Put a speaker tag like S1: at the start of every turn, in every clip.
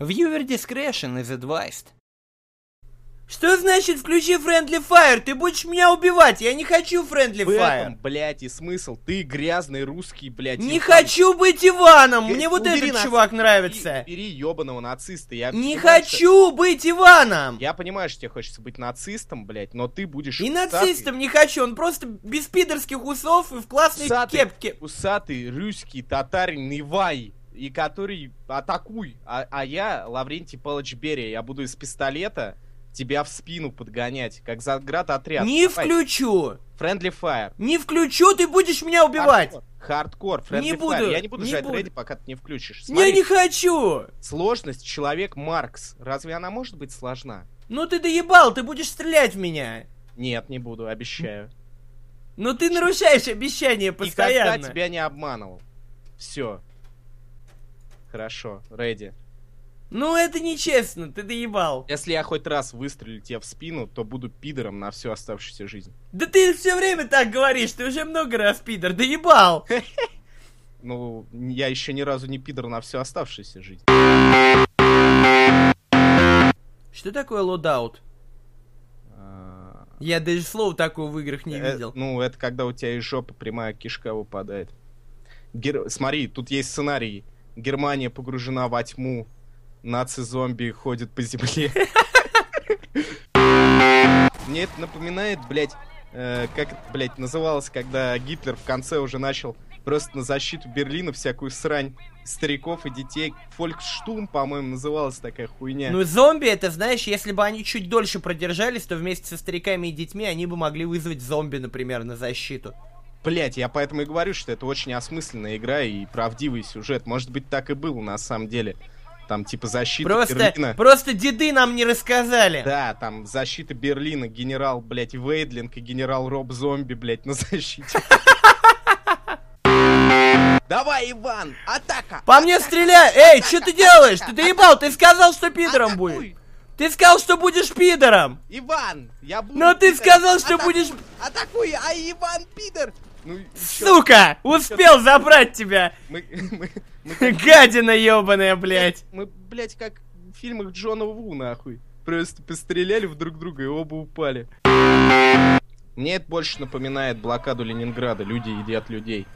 S1: Viewer discretion is advised.
S2: Что значит включи Friendly Fire? Ты будешь меня убивать, я не хочу Friendly
S3: В этом,
S2: Fire.
S3: блядь, и смысл. Ты грязный русский, блядь.
S2: Не
S3: ебаный.
S2: хочу быть Иваном,
S3: Г-
S2: мне вот
S3: убери
S2: этот
S3: наци-
S2: чувак
S3: И
S2: нравится.
S3: Убери ебаного нациста. Я
S2: Не
S3: понимаю, что-
S2: хочу быть Иваном.
S3: Я понимаю, что тебе хочется быть нацистом, блядь, но ты будешь...
S2: И
S3: усатый-
S2: нацистом не хочу, он просто без пидорских усов и в классной
S3: Усатый.
S2: кепке.
S3: Усатый, русский, татарин, Ивай, и который атакуй. А, а я, Лаврентий Палыч Берия, я буду из пистолета тебя в спину подгонять, как заград отряд.
S2: Не включу.
S3: Friendly Fire.
S2: Не включу, ты будешь меня убивать.
S3: Хардкор, Хардкор, Friendly
S2: Не
S3: Fire.
S2: буду,
S3: Я не буду
S2: не
S3: жать
S2: буду.
S3: Ready, пока ты не включишь.
S2: Я
S3: Смотри,
S2: не хочу.
S3: сложность человек Маркс. Разве она может быть сложна?
S2: Ну ты доебал, ты будешь стрелять в меня.
S3: Нет, не буду, обещаю.
S2: Но ты нарушаешь обещание
S3: Никогда
S2: постоянно.
S3: тебя не обманывал. Все. Хорошо, Ready.
S2: Ну это нечестно, ты доебал.
S3: Если я хоть раз выстрелю тебе в спину, то буду пидором на всю оставшуюся жизнь.
S2: Да ты все время так говоришь, ты уже много раз пидор, доебал.
S3: Ну, я еще ни разу не пидор на всю оставшуюся жизнь.
S2: Что такое лодаут?
S3: А,
S2: Я даже слова такого в играх не
S3: э,
S2: видел.
S3: ну, это когда у тебя из жопы прямая кишка выпадает. Гер- Смотри, тут есть сценарий. Германия погружена во тьму. Наци-зомби ходят по земле. Мне это напоминает, блядь, э, как это, блядь, называлось, когда Гитлер в конце уже начал просто на защиту Берлина всякую срань стариков и детей. Фолькштум, по-моему, называлась такая хуйня.
S2: Ну зомби это, знаешь, если бы они чуть дольше продержались, то вместе со стариками и детьми они бы могли вызвать зомби, например, на защиту.
S3: Блять, я поэтому и говорю, что это очень осмысленная игра и правдивый сюжет. Может быть, так и было на самом деле. Там типа защита
S2: Просто,
S3: Берлина.
S2: просто деды нам не рассказали.
S3: Да, там защита Берлина, генерал, блять, Вейдлинг и генерал Роб Зомби, блять, на защите. Давай, Иван, атака!
S2: По мне стреляй! Эй, что ты делаешь? Ты доебал, ты сказал, что пидором
S3: Атакуй!
S2: будет. Ты сказал, что будешь пидором.
S3: Иван, я буду...
S2: Но ты
S3: пидор.
S2: сказал, что
S3: Атакуй,
S2: будешь-
S3: Атакуй, а Иван пидор! Ну, и чё?
S2: Сука, успел забрать тебя.
S3: Мы, мы, мы как
S2: Гадина ебаная, блядь.
S3: Мы, блядь, как в фильмах Джона Ву, нахуй. Просто постреляли в друг друга и оба упали. Мне это больше напоминает блокаду Ленинграда. Люди едят людей.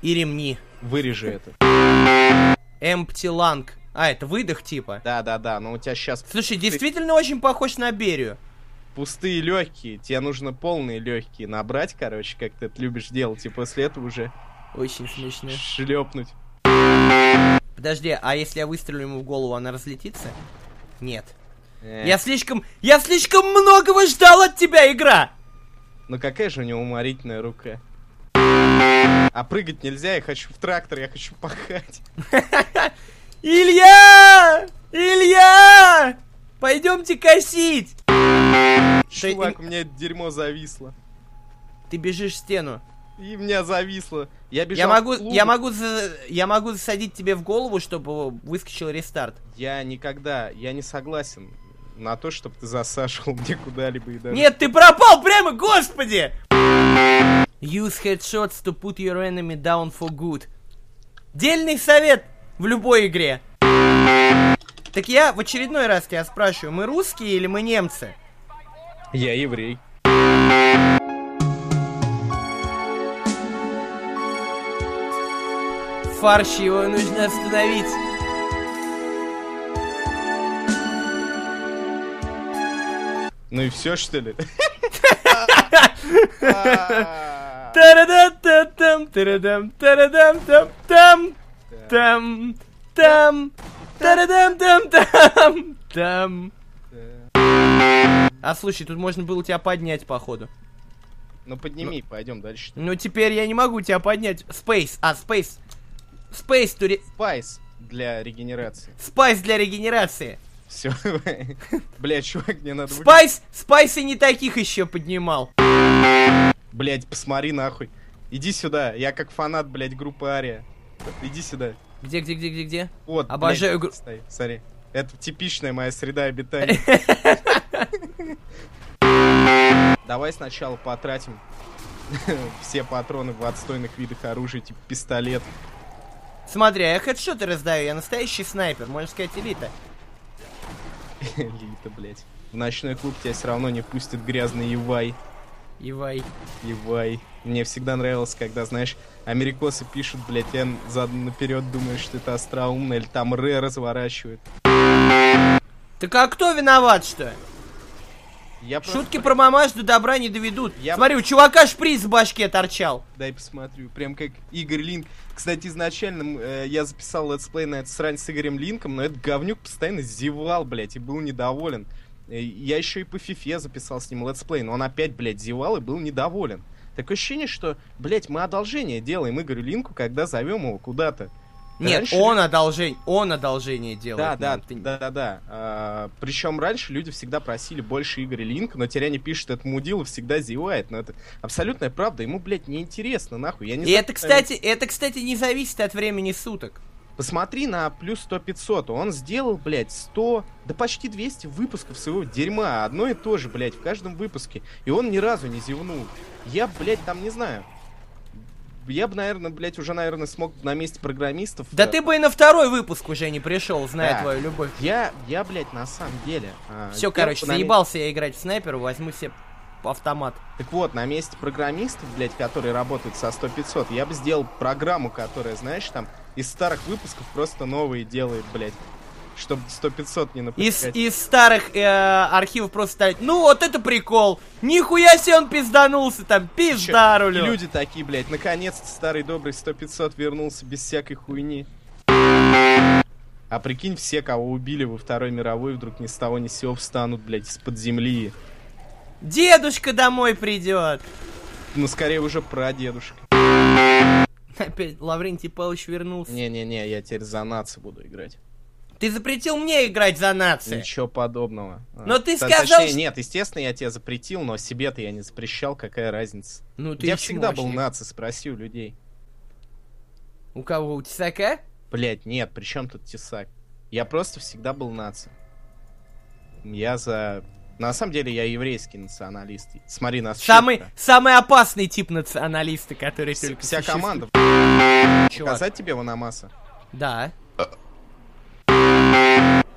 S2: И ремни.
S3: Вырежи это.
S2: Empty lung. А, это выдох типа.
S3: Да-да-да, но у тебя сейчас
S2: Слушай, действительно очень похож на Берию.
S3: пустые легкие. Тебе нужно полные легкие набрать, короче, как ты это любишь делать. И после этого уже
S2: Очень смешно.
S3: шлепнуть.
S2: Подожди, а если я выстрелю ему в голову, она разлетится? Нет.
S3: Э,
S2: Я слишком... Я слишком многого ждал от тебя, игра!
S3: Ну какая же у него уморительная рука. А прыгать нельзя, я хочу в трактор, я хочу пахать.
S2: Илья! Илья! Пойдемте косить! Ты-
S3: Чувак, у меня это дерьмо зависло.
S2: Ты бежишь в стену.
S3: И меня зависло. Я
S2: Я
S3: бежал
S2: могу,
S3: к клубу.
S2: я могу, за- я могу засадить тебе в голову, чтобы выскочил рестарт.
S3: Я никогда, я не согласен на то, чтобы ты засашивал мне куда-либо и даже...
S2: Нет, ты пропал прямо, господи! Use headshots to put your enemy down for good. Дельный совет в любой игре. Так я в очередной раз тебя спрашиваю, мы русские или мы немцы?
S3: Я еврей.
S2: Фарш его нужно остановить.
S3: Ну и все, что ли?
S2: Тарадам, тарадам, тарадам, там, там, там, там, тарадам, там, там, там. А слушай, тут можно было тебя поднять, походу.
S3: Ну подними, пойдем дальше.
S2: Ну теперь я не могу тебя поднять. Space, а, Space. Space, to re-
S3: Спайс для регенерации.
S2: Spice для регенерации.
S3: Все. Бля, чувак, мне надо... вы-
S2: Spice, Spice и не таких еще поднимал.
S3: Блядь, посмотри нахуй. Иди сюда, я как фанат, блядь, группы Ария. Иди сюда.
S2: Где, где, где, где, где?
S3: Вот,
S2: Обожаю
S3: блядь,
S2: гру-
S3: смотри, смотри. Это типичная моя среда обитания. Давай сначала потратим все патроны в отстойных видах оружия, типа пистолет.
S2: Смотри, а я хедшоты раздаю, я настоящий снайпер, можно сказать, элита.
S3: Элита, блядь. В ночной клуб тебя все равно не пустит грязный Евай.
S2: Ивай.
S3: Евай. Мне всегда нравилось, когда, знаешь, америкосы пишут, блядь, я задом наперед думаю, что это остроумно, или там Р разворачивают.
S2: Так а кто виноват, что?
S3: Я просто,
S2: Шутки про мамаш до добра не доведут.
S3: Я-
S2: Смотри, у чувака шприц в башке торчал.
S3: дай посмотрю, прям как Игорь Линк. Кстати, изначально м, э, я записал летсплей на эту срань с Игорем Линком, но этот говнюк постоянно зевал, блядь, и был недоволен. Э, Я еще и по фифе записал с ним летсплей, но он опять, блядь, зевал и был недоволен. Такое ощущение, что, блядь, мы одолжение делаем Игорю Линку, когда зовем его куда-то.
S2: Нет,
S3: Раньше
S2: он одолжение, он одолжение делает.
S3: Да, да,
S2: нам. Ты-
S3: да, да, да. причем раньше люди всегда просили больше Игоря Линка, но теперь они пишут, этот мудила всегда зевает. Но это абсолютная правда. Ему, блядь, неинтересно, нахуй. Я не
S2: И
S3: знаю,
S2: это,
S3: как они-
S2: кстати, это, кстати, не зависит от времени суток.
S3: Посмотри на плюс 100 500. Он сделал, блядь, 100, да почти 200 выпусков своего дерьма. Одно и то же, блядь, в каждом выпуске. И он ни разу не зевнул. Я, блядь, там не знаю. Я бы, наверное, блядь, уже, наверное, смог на месте программистов...
S2: Да
S3: э,
S2: ты бы и на второй выпуск уже не пришел, зная
S3: Да.
S2: твою любовь.
S3: Я, я, блядь, на самом деле... а,
S2: Все,
S3: я
S2: короче,
S3: бы на месте-
S2: заебался я играть в снайпера, возьму себе автомат.
S3: Так вот, на месте программистов, блядь, которые работают со 100-500, я бы сделал программу, которая, знаешь, там, из старых выпусков просто новые делает, блядь. Чтобы 100-500 не
S2: Из,
S3: напускать.
S2: из старых э, архивов просто ставить. Ну вот это прикол. Нихуя себе он пизданулся там, пизда
S3: И
S2: рулю.
S3: люди такие, блядь, наконец-то старый добрый 100-500 вернулся без всякой хуйни. А прикинь, все, кого убили во Второй мировой, вдруг ни с того ни с сего встанут, блядь, из-под земли.
S2: Дедушка домой придет.
S3: Ну, скорее уже прадедушка.
S2: Опять Лаврентий Павлович вернулся.
S3: Не-не-не, я теперь за нации буду играть.
S2: Ты запретил мне играть за нации.
S3: Ничего подобного.
S2: Но
S3: А,
S2: ты
S3: т-
S2: сказал,
S3: точнее,
S2: что-
S3: нет, естественно, я тебе запретил, но себе-то я не запрещал, какая разница.
S2: Ну
S3: я всегда был
S2: чмошник.
S3: наци, спроси у людей.
S2: У кого? У Тесака?
S3: Блять, нет, при чем тут тесак? Я просто всегда был наци. Я за... На самом деле я еврейский националист. Смотри, нас
S2: Самый,
S3: шестеро.
S2: самый опасный тип националиста, который
S3: Вся,
S2: только
S3: вся
S2: существует.
S3: команда.
S2: Чувак.
S3: Показать тебе Ванамаса?
S2: Да.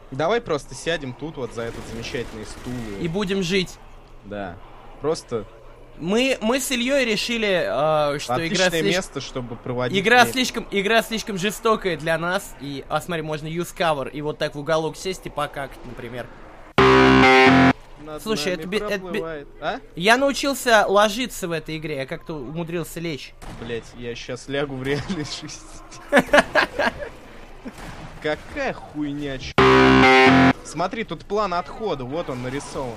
S3: Давай просто сядем тут вот за этот замечательный стул. и-
S2: И будем жить.
S3: Да. Просто
S2: Мы, мы с Ильей решили, э, что игра
S3: отличное
S2: слишком...
S3: место, чтобы проводить...
S2: Игра
S3: время.
S2: слишком, игра слишком жестокая для нас, и, а смотри, можно use cover, и вот так в уголок сесть и покакать, например.
S3: Над
S2: Слушай, это
S3: нами
S2: бе- это бе-
S3: проплывает. А?
S2: Я научился ложиться в этой игре, я как-то умудрился лечь.
S3: Блять, я сейчас лягу в реальной жизни. Какая хуйня, ч... Смотри, тут план отхода, вот он нарисован.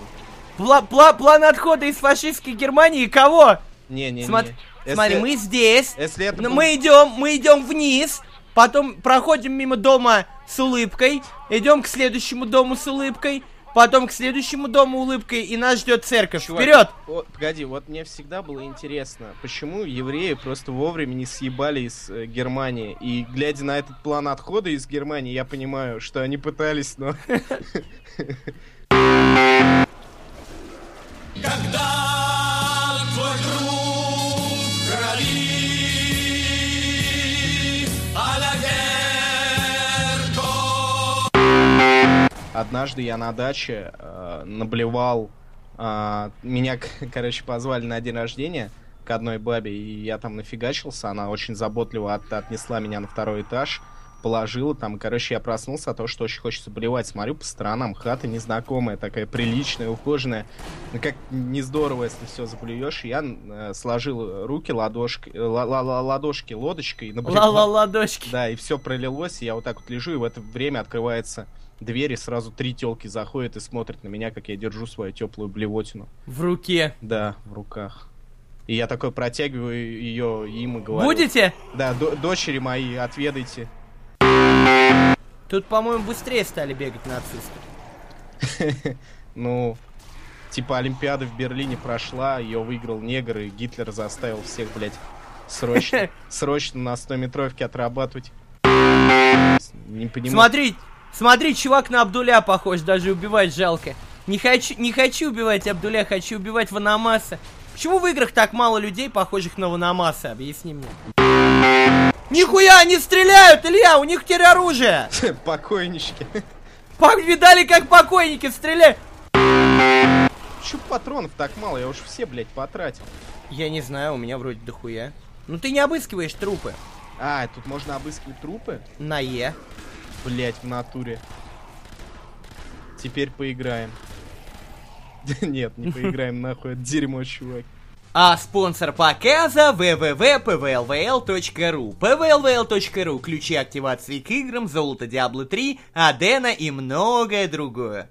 S2: Пла- пла- план отхода из фашистской Германии кого?
S3: Не-не-не.
S2: Смотри,
S3: Если-
S2: смотри, мы здесь,
S3: Если это
S2: но
S3: был-
S2: мы идем, мы идем вниз, потом проходим мимо дома с улыбкой, идем к следующему дому с улыбкой, потом к следующему дому улыбкой, и нас ждет церковь.
S3: Чувак,
S2: Вперед!
S3: о, погоди, вот мне всегда было интересно, почему евреи просто вовремя не съебали из э, Германии. И глядя на этот план отхода из Германии, я понимаю, что они пытались, но...
S4: Когда твой друг в крови, а-ля Геркулес.
S3: Однажды я на даче э, наблевал. э, меня, к- короче, позвали на день рождения к одной бабе, и я там нафигачился. Она очень заботливо от- отнесла меня на второй этаж, положила там. Короче, я проснулся от того, что очень хочется блевать. Смотрю по сторонам, хата незнакомая, такая приличная, ухоженная. Ну, как не здорово, если все заблюешь. И Я э, сложил руки ладошки, ла- ла- ла- ладошки лодочкой и наблевал.
S2: Ла-ла-ла, дочки.
S3: Да, и все пролилось, и я вот так вот лежу, и в это время открывается дверь, и сразу три телки заходят и смотрят на меня, как я держу свою теплую блевотину.
S2: В руке.
S3: Да, в руках. И я такой протягиваю ее им и говорю.
S2: Будете?
S3: Да, до- дочери мои, отведайте.
S2: Тут, по-моему, быстрее стали бегать нацисты.
S3: Ну, типа Олимпиада в Берлине прошла, ее выиграл негр, и Гитлер заставил всех, блядь, срочно, срочно на 100-метровке отрабатывать. Не понимаю.
S2: Смотри, смотри, чувак на Абдуля похож, даже убивать жалко. Не хочу, не хочу убивать Абдуля, хочу убивать Ванамаса. Почему в играх так мало людей, похожих на Ванамаса? Объясни мне. Нихуя, они стреляют, Илья, у них теперь оружие!
S3: Покойнички.
S2: Пак, видали, как покойники стреляют?
S3: Чё патронов так мало? Я уж все, блядь, потратил.
S2: Я не знаю, у меня вроде дохуя. Ну ты не обыскиваешь трупы.
S3: А, тут можно обыскивать трупы?
S2: На Е.
S3: Блять, в натуре. Теперь поиграем. Нет, не поиграем, нахуй, это дерьмо, чувак.
S2: А спонсор показа www.pvlvl.ru pvlvl.ru Ключи активации к играм, золото Диабло 3, Адена и многое другое.